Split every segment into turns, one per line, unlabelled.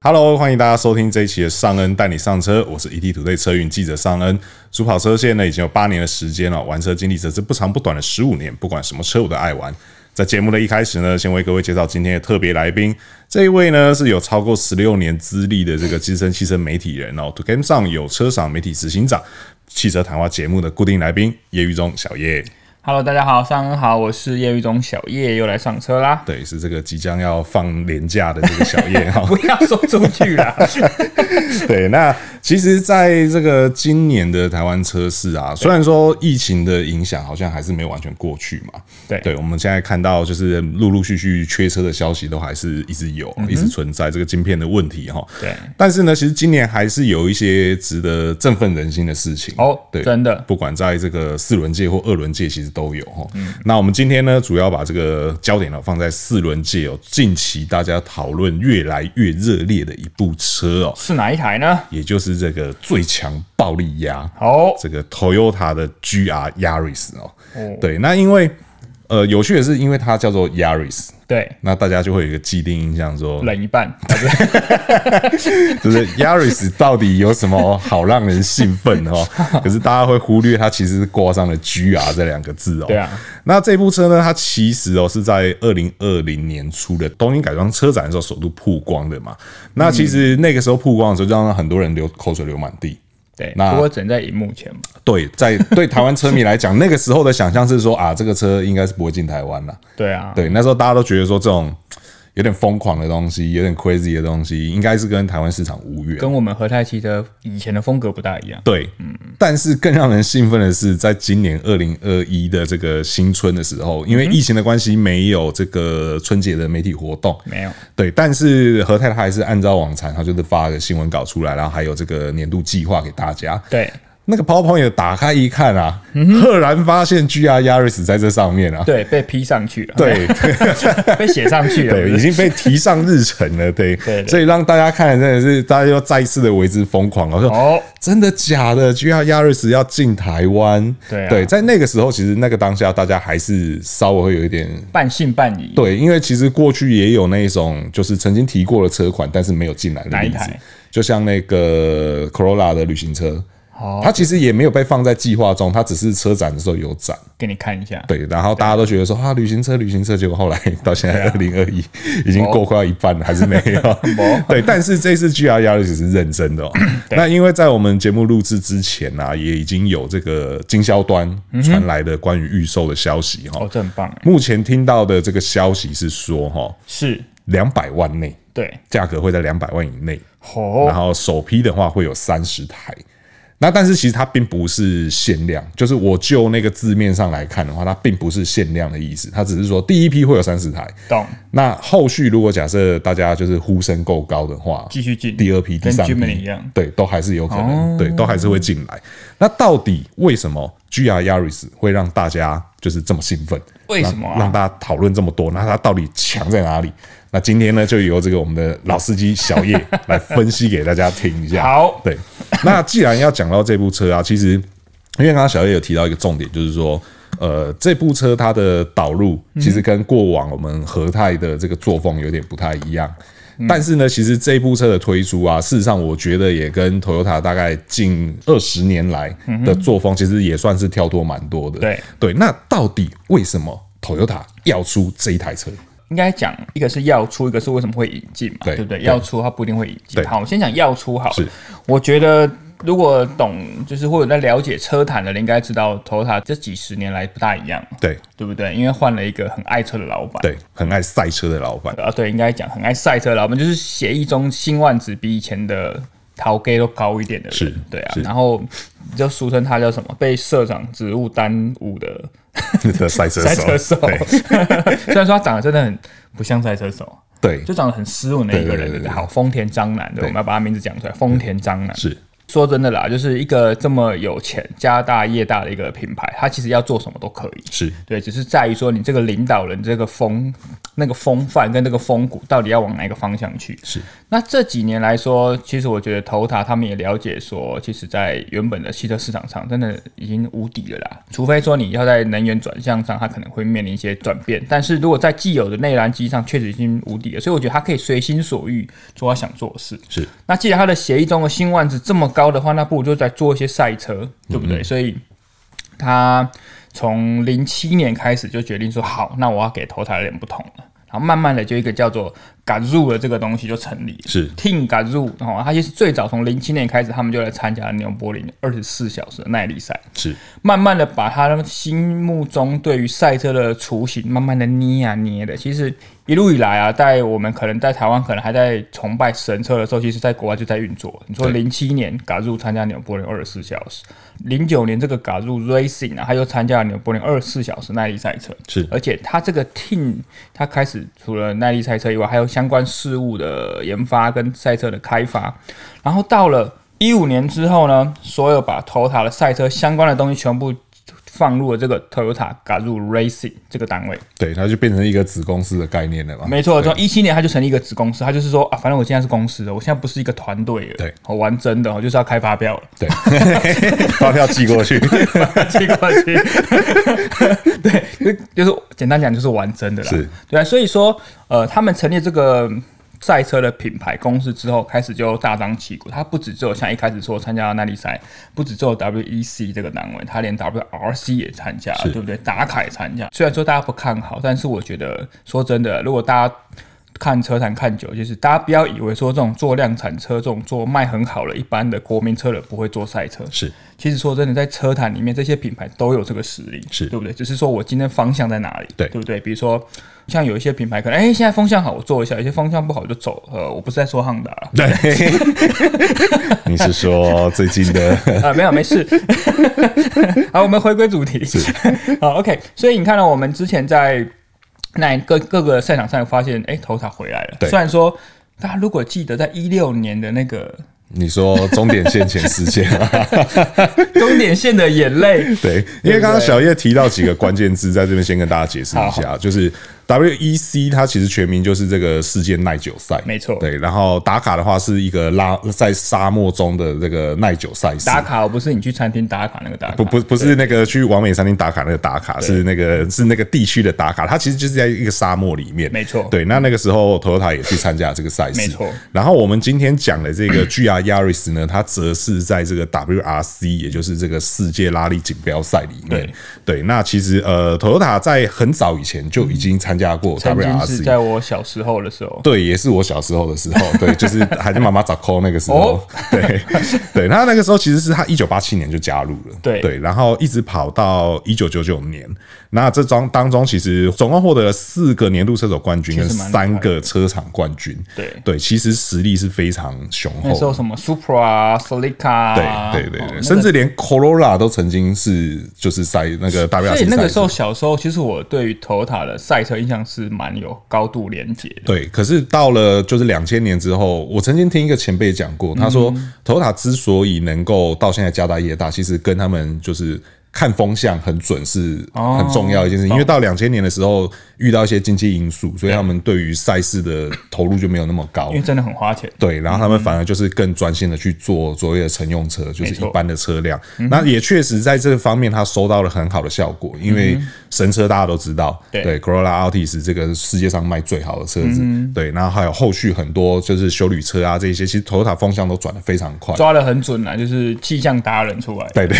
Hello，欢迎大家收听这一期的尚恩带你上车，我是 ET 土队车运记者尚恩。主跑车线呢已经有八年的时间了，玩车经历则是不长不短的十五年，不管什么车我都爱玩。在节目的一开始呢，先为各位介绍今天的特别来宾，这一位呢是有超过十六年资历的这个资深汽车媒体人哦，跟上有车赏媒体执行长、汽车谈话节目的固定来宾叶玉忠小叶。
Hello，大家好，上午好，我是业余中小叶，又来上车啦。
对，是这个即将要放年假的这个小叶哦哈。
不要说出去 啦，
对，那其实在这个今年的台湾车市啊，虽然说疫情的影响好像还是没有完全过去嘛，
对
对，我们现在看到就是陆陆续续缺车的消息都还是一直有，一直存在这个晶片的问题哈。
嗯对
但是呢，其实今年还是有一些值得振奋人心的事情
哦
对，
真的
不管在这个四轮界或二轮界，其实都有哈。
嗯
那我们今天呢，主要把这个焦点呢放在四轮界哦，近期大家讨论越来越热烈的一部车哦，
是哪一台呢？
也就是这个最强暴力鸭，
好，
这个 Toyota 的 GR Yaris 哦。
哦
对，那因为呃有趣的是，因为它叫做 Yaris，
对，
那大家就会有一个既定印象说，
冷一半，
就是 Yaris 到底有什么好让人兴奋的哦？可是大家会忽略它其实是挂上了 GR 这两个字哦。
对啊，
那这部车呢，它其实哦是在二零二零年初的东京改装车展的时候首度曝光的嘛。那其实那个时候曝光的时候，就让很多人流口水流满地。
对，
那
不过只能在荧幕前嘛。
对，在对台湾车迷来讲，那个时候的想象是说啊，这个车应该是不会进台湾了。
对啊，
对，那时候大家都觉得说这种有点疯狂的东西，有点 crazy 的东西，应该是跟台湾市场无缘。
跟我们和泰汽车以前的风格不大一样。
对，但是更让人兴奋的是，在今年二零二一的这个新春的时候，因为疫情的关系，没有这个春节的媒体活动，
没有，
对，但是和泰他还是按照往常，他就是发个新闻稿出来，然后还有这个年度计划给大家。
对
那个 PowerPoint 打开一看啊，赫然发现 GR Yaris 在这上面啊，
对，被 P 上去了，
对
被写上去了，
对，
不
已
是
经被提上日程了，对，
对对
所以让大家看了真的是大家又再一次的为之疯狂啊了，我说
哦，
真的假的？GR Yaris 要进台湾？
对啊
在那个时候，其实那个当下，大家还是稍微会有一点
半信半疑。
对，因为其实过去也有那一种就是曾经提过的车款，但是没有进来的
哪一
例子
台，
就像那个 Corolla 的旅行车。
哦
它其实也没有被放在计划中，它只是车展的时候有展，
给你看一下，
对，然后大家都觉得说啊，旅行车，旅行车，结果后来 到现在二零二一已经过快要一半了，还是没有。 对，但是这次 GR Yaris 是认真的哦。那因为在我们节目录制之前啊，也已经有这个经销端传来的关于预售的消息哈、
哦，这很棒哎，
目前听到的这个消息是说哈、
是，
两百万内
对，
价格会在两百万以内，然
哦，
后首批的话会有三十台。那但是其实它并不是限量，就是我就那个字面上来看的话，它并不是限量的意思，它只是说第一批会有三十台。
懂，
那后续如果假设大家就是呼声够高的话，
继续进
第二批、第
跟
三批
Jimny 一样，哦
对，都还是有可能，对，都还是会进来。那到底为什么 GR Yaris 会让大家就是这么兴奋？
为什么
让
啊
让大家讨论这么多？那它到底强在哪里？那今天呢，就由这个我们的老司机小叶来分析给大家听一下。
好
对。那既然要讲到这部车啊，其实因为刚刚小叶有提到一个重点，就是说。呃，这部车它的导入其实跟过往我们和泰的这个作风有点不太一样，
嗯
但是呢，其实这部车的推出啊，事实上我觉得也跟 Toyota 大概近二十年来的作风，其实也算是跳脱蛮多的。
嗯对
对，那到底为什么 Toyota 要出这一台车？
应该讲一个是要出，一个是为什么会引进嘛，
对
对不对？
对
要出它不一定会引进
对。
好，我先讲要出好了
是
我觉得如果懂就是或者在了解车坛的人，应该知道 Toyota 这几十年来不大一样，
对
对不对？因为换了一个很爱车的老板。
对，很爱赛车的老板，
啊，对，应该讲很爱赛车的老板，就是协议中新万子比以前的陶 gay 都高一点的人，
是
对啊
是。
然后就俗称他叫什么？被社长职务耽误的
的 赛车
赛
手，
车手。
对
虽然说他长得真的很不像赛车手，
对
就长得很斯文的一个
对对对
人，
对
对不
对
对？好，丰田章男，对，我们要把他名字讲出来，丰田章男。
是
说真的啦，就是一个这么有钱、家大业大的一个品牌，它其实要做什么都可以。
是
对，只是在于说你这个领导人这个风、那个风范跟那个风骨到底要往哪一个方向去？
是。
那这几年来说，其实我觉得头塔他们也了解说，其实在原本的汽车市场上，真的已经无敌了啦。除非说你要在能源转向上，它可能会面临一些转变，但是如果在既有的内燃机上，确实已经无敌了。所以我觉得它可以随心所欲做它想做的事。
是。
那既然它的协议中的新万值这么高的话，那不如就再做一些赛车，对不对？所以他从零七年开始就决定说，好，那我要给头台点不同了。然后慢慢的就一个叫做 g a z o 的这个东西就成立了，
是
Team g a z o 哦，它其实最早从零七年开始，他们就来参加纽柏林二十四小时的耐力赛，
是
慢慢的把他们心目中对于赛车的雏形，慢慢的捏啊捏的。其实一路以来啊，在我们可能在台湾可能还在崇拜神车的时候，其实在国外就在运作。你说
对
零七年嘎入参加纽柏林二十四小时，零九年这个嘎入 Racing 啊，他又参加了纽柏林二十四小时耐力赛车。
是
而且他这个 team，他开始除了耐力赛车以外，还有相关事物的研发跟赛车的开发。然后到了一五年之后呢，所有把 Toyota 的赛车相关的东西全部放入了这个 Toyota Gazoo Racing 这个单位。
对，它就变成一个子公司的概念了嘛？
没错，从一七年它就成立一个子公司，它就是说啊，反正我现在是公司的，我现在不是一个团队了，
对
我玩真的，我哦就是要开发票了，
对，发票寄过 去，
寄过去。 对，就就是简单讲就是玩真的啦。
是，
对啊，所以说呃，他们成立这个。赛车的品牌公司之后，开始就大张旗鼓。它不只只有像一开始说参加耐力赛，不只只有 WEC 这个单位，它连 WRC 也参加了，对不对？达卡也参加。虽然说大家不看好，但是我觉得说真的，如果大家看车坛看久，就是大家不要以为说这种做量产车、这种做卖很好的一般的国民车的不会做赛车，
是
其实说真的，在车坛里面，这些品牌都有这个实力，
是
对不对？只是说我今天方向在哪里，
对
对不对？比如说，像有一些品牌可能，哎、现在风向好，我做一下；有些风向不好我就走。呃，我不是在说汉达 啊
对。你是说最近的，
啊，没有，没事。 好，我们回归主题。 好，OK。所以你看到我们之前在那各各个赛场上有发现，哎、头塔回来了。
对
虽然说大家如果记得在一六年的那个
你说终点线前四件啊？
终点线的眼泪，
对，因为刚刚小叶提到几个关键字，在这边先跟大家解释一 下，就是 WEC 它其实全名就是这个世界耐久赛，
没错
对，然后打卡的话是一个拉在沙漠中的这个耐久赛事。
打卡不是你去餐厅打卡那个打卡，
不不不是那个去完美餐厅打卡那个打卡，是那个是那个地区的打卡，它其实就是在一个沙漠里面，
没错
对，那那个时候 Toyota 也去参加这个赛事，
没错。
然后我们今天讲的这个 GR Yaris 呢，它则是在这个 WRC，也就是这个世界拉力锦标赛里面。对，那其实呃，Toyota 在很早以前就已经参加过
曾经是
WRC，
在我小时候的时候。
对，也是我小时候的时候，对，就是还是妈妈早 call 那个时候，
哦
对对，他那个时候其实是他一九八七年就加入了，
对
对，然后一直跑到一九九九年，那这张当中其实总共获得了四个年度车手冠军跟
其实蛮厉害的
三个车厂冠军，
对
对，其实实力是非常雄厚
那时候
的。
什么 Supra 啊、Celica，啊
对对对
哦那
对，
个
甚至连 Corolla 都曾经是就是赛那个 WRC
所以那个时
赛
候
事
小时候，其实我对于 Toyota 的赛车印象是蛮有高度连结的。
对，可是到了就是两千年之后，我曾经听一个前辈讲过，他说 Toyota 之所以能够到现在家大业大，其实跟他们就是。看风向很准是很重要的一件事，因为到两千年的时候遇到一些经济因素，所以他们对于赛事的投入就没有那么高
因为。真的很花钱，
对，然后他们反而就是更专心的去做所谓的乘用车，就是
没错嗯
一般的车辆。那也确实在这方面，他收到了很好的效果，因为神车大家都知道，
嗯对
对，Corolla Altis 这个世界上卖最好的车子，
嗯
对，然后还有后续很多就是修旅车啊这些，其实 Toyota 风向都转的非常快。
抓的很准啊，就是气象达人出来，
对对，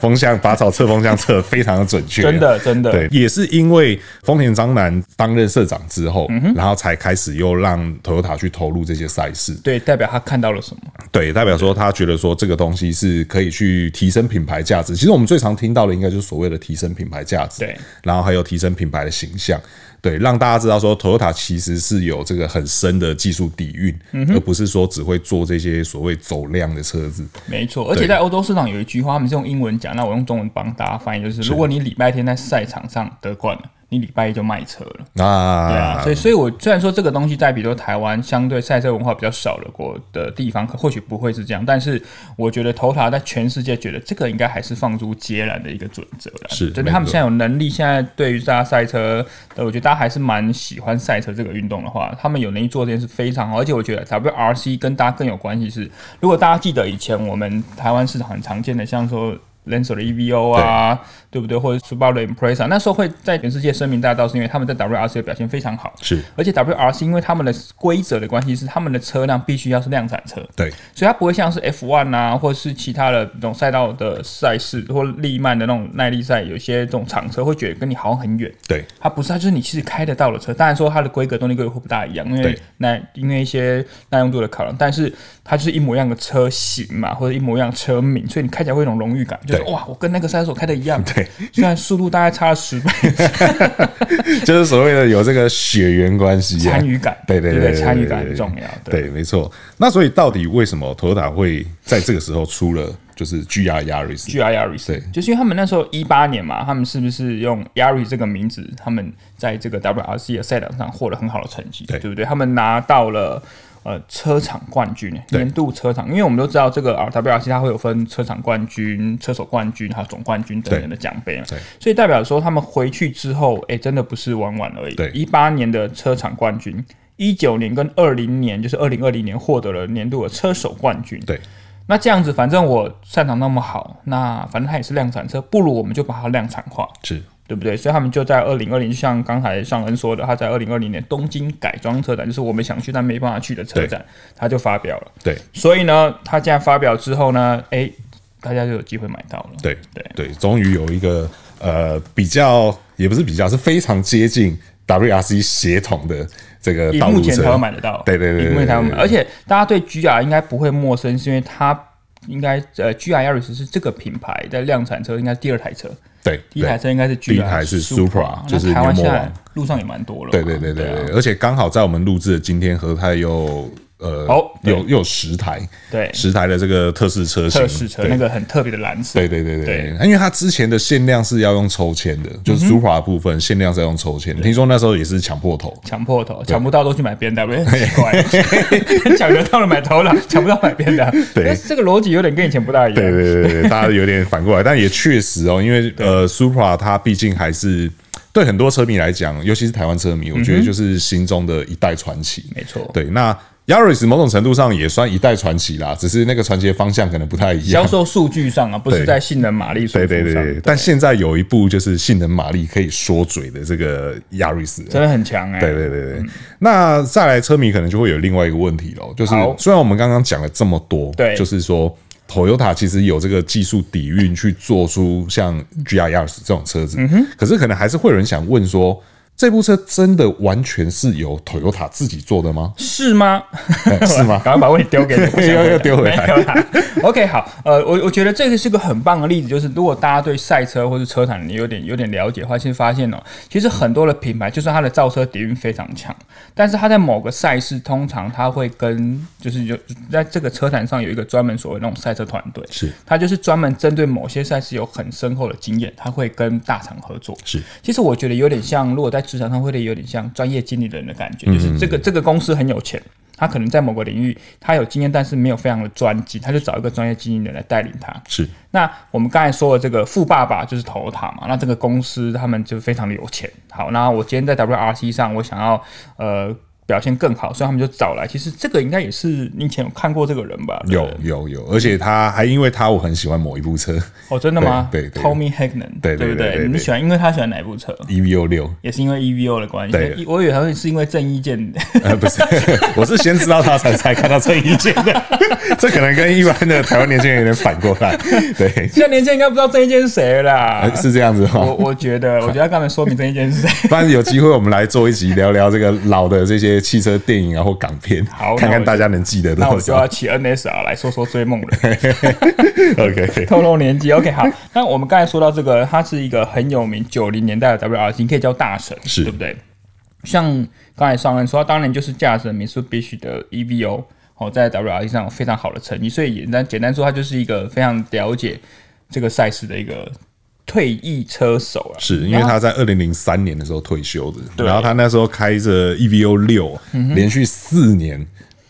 风向把草测风向测得非常的准确，
真的真的
对，也是因为丰田章男担任社长之后，
嗯
然后才开始又让 Toyota 去投入这些赛事。
对，代表他看到了什么？
对，代表说他觉得说这个东西是可以去提升品牌价值。其实我们最常听到的应该就是所谓的提升品牌价值，
对，
然后还有提升品牌的形象，对，让大家知道说 Toyota 其实是有这个很深的技术底蕴，
嗯
而不是说只会做这些所谓走量的车子。
没错，而且在欧洲市场有一句话，他们是用英文讲，那我用中文帮大家翻译，就是如果你礼拜天在赛场上得冠了，你礼拜一就卖车了。对啊，
啊
所以，所以我虽然说这个东西在比如说台湾相对赛车文化比较少的国的地方，可或许不会是这样，但是我觉得头塔在全世界觉得这个应该还是放诸皆然的一个准则了。
是
就是
没
他们
错
现在有能力，现在对于大家赛车的，我觉得大家还是蛮喜欢赛车这个运动的话，他们有能力做这件事非常好。而且我觉得 WRC 跟大家更有关系是，如果大家记得以前我们台湾市场很常见的，像说 Lenso 的 EVO 啊，对不对？或者 Subaru 的 Impreza，那时候会在全世界声名大噪，是因为他们在 WRC 的表现非常好。
是
而且 WRC 因为他们的规则的关系，是他们的车辆必须要是量产车，
对，
所以它不会像是 F1 啊，或是其他的那种赛道的赛事，或利曼的那种耐力赛，有些这种厂车会觉得跟你好像很远。
对，
它不是，它就是你其实开得到的车。当然说它的规格、动力规格会不大一样，因为
对
耐因为一些耐用度的考量，但是它就是一模一样的车型嘛，或者一模一样的车名，所以你开起来会有一种荣誉感，就是
对
哇，我跟那个赛车手开的一样。
对，
虽然速度大概差了十倍，
就是所谓的有这个血缘关系、啊，
参与感，
对对对
对不
对对
参与感很重要。
对，没错。那所以到底为什么 Toyota 会在这个时候出了就是 GR Yaris？
G R Yaris，
对
就是因为他们那时候一八年嘛，他们是不是用 Yaris 这个名字，他们在这个 WRC 的赛场上获得很好的成绩，
对
不对？他们拿到了。呃，车厂冠军
对
年度车厂，因为我们都知道这个啊 WRC 它会有分车厂冠军、车手冠军还有总冠军等等的奖杯嘛
对，
所以代表说他们回去之后，哎、真的不是玩玩而已。
对
一八年的车厂冠军，一九年跟二零年就是二零二零年获得了年度的车手冠军，
对，
那这样子，反正我擅长那么好，那反正它也是量产车，不如我们就把它量产化，
是
对不对？所以他们就在二零二零，就像刚才尚恩说的，他在二零二零年东京改装车展，就是我们想去但没办法去的车展，他就发表了。
对
所以呢，他这样发表之后呢，诶，大家就有机会买到了。
对
对
对，终于有一个呃比较，也不是比较，是非常接近 WRC 协同的这个
以
道
目
路
前才
车
会，买得到，
对对对对
以目前才会
对
买。
对对
而且大家对 GR 应该不会陌生，是因为它应该呃 GR Yaris 是这个品牌在量产车应该是第二台车，
对，
第一台
对
车应该是 G，
第一台是 Supra，就是
那台湾
牛
现
魔
在
王
路上也蛮多了嘛。
对对对对
啊
对，而且刚好在我们录制的今天，和泰又呃
哦对
有又有十台
对
十台的这个特试车型，
测试车
对
那个很特别的蓝色，
对对对对，因为它之前的限量是要用抽签的，
嗯
就是 Supra 的部分限量是要用抽签，听说那时候也是抢破头。
抢破头，抢不到都去买 B N W，很奇怪， 抢得到了买头了，抢不到买 B N W，
对
但是这个逻辑有点跟以前不大一样。
对对对对，大家有点反过来，但也确实哦，因为呃，Supra 它毕竟还是对很多车迷来讲，尤其是台湾车迷，我觉得就是心中的一代传奇。
嗯没错，
对，那 Yaris 某种程度上也算一代传奇啦，只是那个传奇的方向可能不太一样
销。售数据上啊，不是
对
在性能马力数据
对
上，
对对对，但现在有一部就是性能马力可以说嘴的这个 Yaris，
真的很强哎。
对对对对，那再来车迷可能就会有另外一个问题喽，就是
好
虽然我们刚刚讲了这么多，
对
就是说 Toyota 其实有这个技术底蕴去做出像 GR Yaris 这种车子，
嗯
可是可能还是会有人想问说，这部车真的完全是由 Toyota 自己做的 吗？哎
是吗？
是吗
赶快把问题丢 给你，我想
又
回答
又丢回来
没有啦 OK，好，呃，我我觉得这个是个很棒的例子，就是如果大家对赛车或是车坛你有点有点了解的话，其实发现哦、其实很多的品牌，就算它的造车底蕴非常强，但是它在某个赛事，通常它会跟就是有在这个车坛上有一个专门所谓那种赛车团队，
是
它就是专门针对某些赛事有很深厚的经验，它会跟大厂合作，
是
其实我觉得有点像，如果在职场上会有点像专业经理人的感觉，就是这个这个公司很有钱，他可能在某个领域他有经验，但是没有非常的专精，他就找一个专业经理人来带领他。
是
那我们刚才说的这个富爸爸就是头塔嘛，那这个公司他们就非常的有钱。好，那我今天在 WRC 上，我想要呃表现更好，所以他们就找来。其实这个应该也是你以前有看过这个人吧？对不
有
对
有有，而且他还因为他我很喜欢某一部车
哦，真的吗？
对对对
，Tommy Hagnon，
对对
不
对对对
你喜欢，因为他喜欢哪一部车？
EVO ，E 六，
也是因为 EVO 的关系
对，
我以为他会是因为郑 伊健，
呃，不是，我是先知道他才才看到这一件的， 这可能跟一般的台湾年轻人有点反过来，对。
现在年轻人应该不知道郑伊健是谁了啦
呃。是这样子哈、
我我觉得，我觉得要跟他们说明郑伊 健是谁。
不然有机会我们来做一集聊聊这个老的这些汽车电影啊或港片，
好
看
那我
看
就
大家能记得
那我
多
就
少
要。起 NSR 来说说追梦人，
OK，
透露年纪。OK，好。那我们刚才说到这个，他是一个很有名九零年代的 WRC，你可以叫大神，
是
对不对？像刚才上恩说，他当年就是驾驶了 Mitsubishi 的 EVO，哦，在 WRC 上有非常好的成绩，所以简单简单说，他就是一个非常了解这个赛事的一个退役车手啊了，
是因为他在二零零三年的时候退休的，
对嗯
然后他那时候开着 EVO 六、连续四年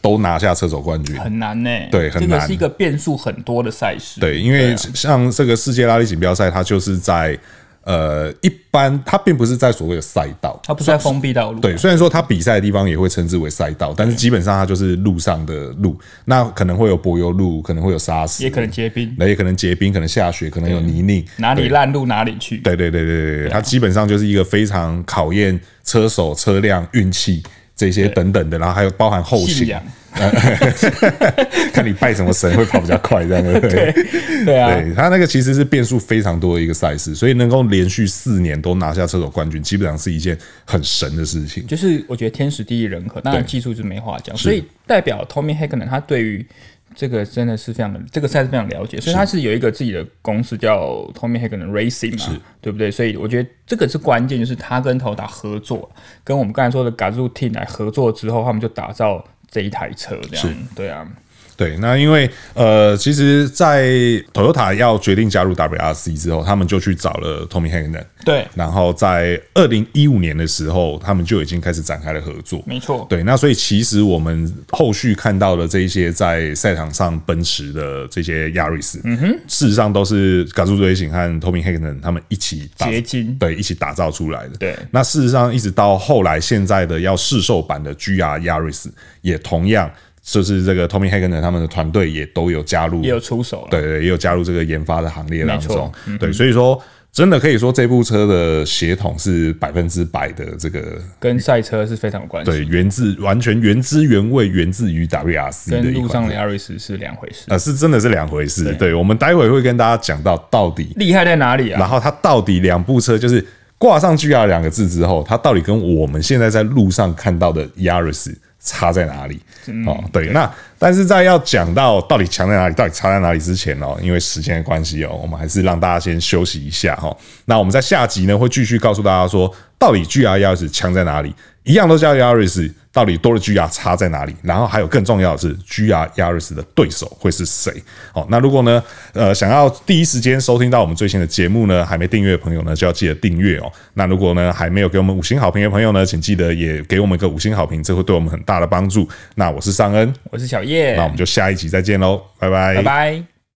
都拿下车手冠军。
很难呢、
对很
这
难
个是一个变数很多的赛事。
对，因为
啊
像这个世界拉力锦标赛，它就是在呃一般，它并不是在所谓的赛道，
它不是在封闭道路，啊
对，，虽然说它比赛的地方也会称之为赛道，但是基本上它就是路上的路，那可能会有柏油路，可能会有沙石，
也可能结冰，
那也可能结冰，可能下雪，可能有泥泞，
哪里
对
烂路哪里去。
对对对对对对，它基本上就是一个非常考验车手、车辆、运气这些等等的，然后还有包含后勤
信仰，，
看你拜什么神会跑比较快，这样对不对？
对啊，
对他那个其实是变数非常多的一个赛事，所以能够连续四年都拿下车手冠军，基本上是一件很神的事情。
就是我觉得天时地利人和，当然技术是没话讲，所以代表 Tommy h a c k n 他对于这个真的是非常的这个赛事非常了解，所以他是有一个自己的公司叫 Tommy h a c k n Racing 嘛，对不对？所以我觉得这个是关键，就是他跟头打合作，跟我们刚才说的 Gazoo Team 来合作之后，他们就打造这一台车，这样对啊，
对，那因为呃，其实，在 Toyota 要决定加入 WRC 之后，他们就去找了 Tommy h a g n e n
对，
然后在二零一五年的时候，他们就已经开始展开了合作。
没错，
对，那所以其实我们后续看到的这一些在赛场上奔驰的这些亚瑞斯，嗯哼，事实上都是 g a z o 队形和 Tommy h a g n e n 他们一起打
结晶
对，一起打造出来的。
对
那事实上一直到后来现在的要试售版的 GR Yaris 也同样。就是这个 Tommy h a g n e n 他们的团队也都有加入
也有出手了，
对对，也有加入这个研发的行列当
没
中
错。嗯
对，所以说真的可以说这部车的血统是百分之百的这个
跟赛车是非常有关
对
系，
源自完全原汁原味，源自于 WRC 的
跟
一
路
款
上的
车。
亚瑞斯是两回事，
呃，是真的是两回事。对我们待会会跟大家讲到到底，
厉害在哪里啊
然？后它到底两部车就是挂上 GR 两个字之后，它到底跟我们现在在路上看到的 Yaris 差在哪里？哦，对，那但是在要讲到到底强在哪里，到底差在哪里之前哦，因为时间的关系哦，我们还是让大家先休息一下哈、哦。那我们在下集呢会继续告诉大家说，到底 GR Yaris 强在哪里，一样都叫 Yaris，到底多了 GR 差在哪里？然后还有更重要的是，GR Yaris 的对手会是谁？哦，那如果呢，呃，想要第一时间收听到我们最新的节目呢，还没订阅的朋友呢，就要记得订阅哦。那如果呢还没有给我们五星好评的朋友呢，请记得也给我们一个五星好评，这会对我们很大的帮助。那我是尚恩，哎
我是小叶
那，我们就下一集再见喽，拜
拜拜。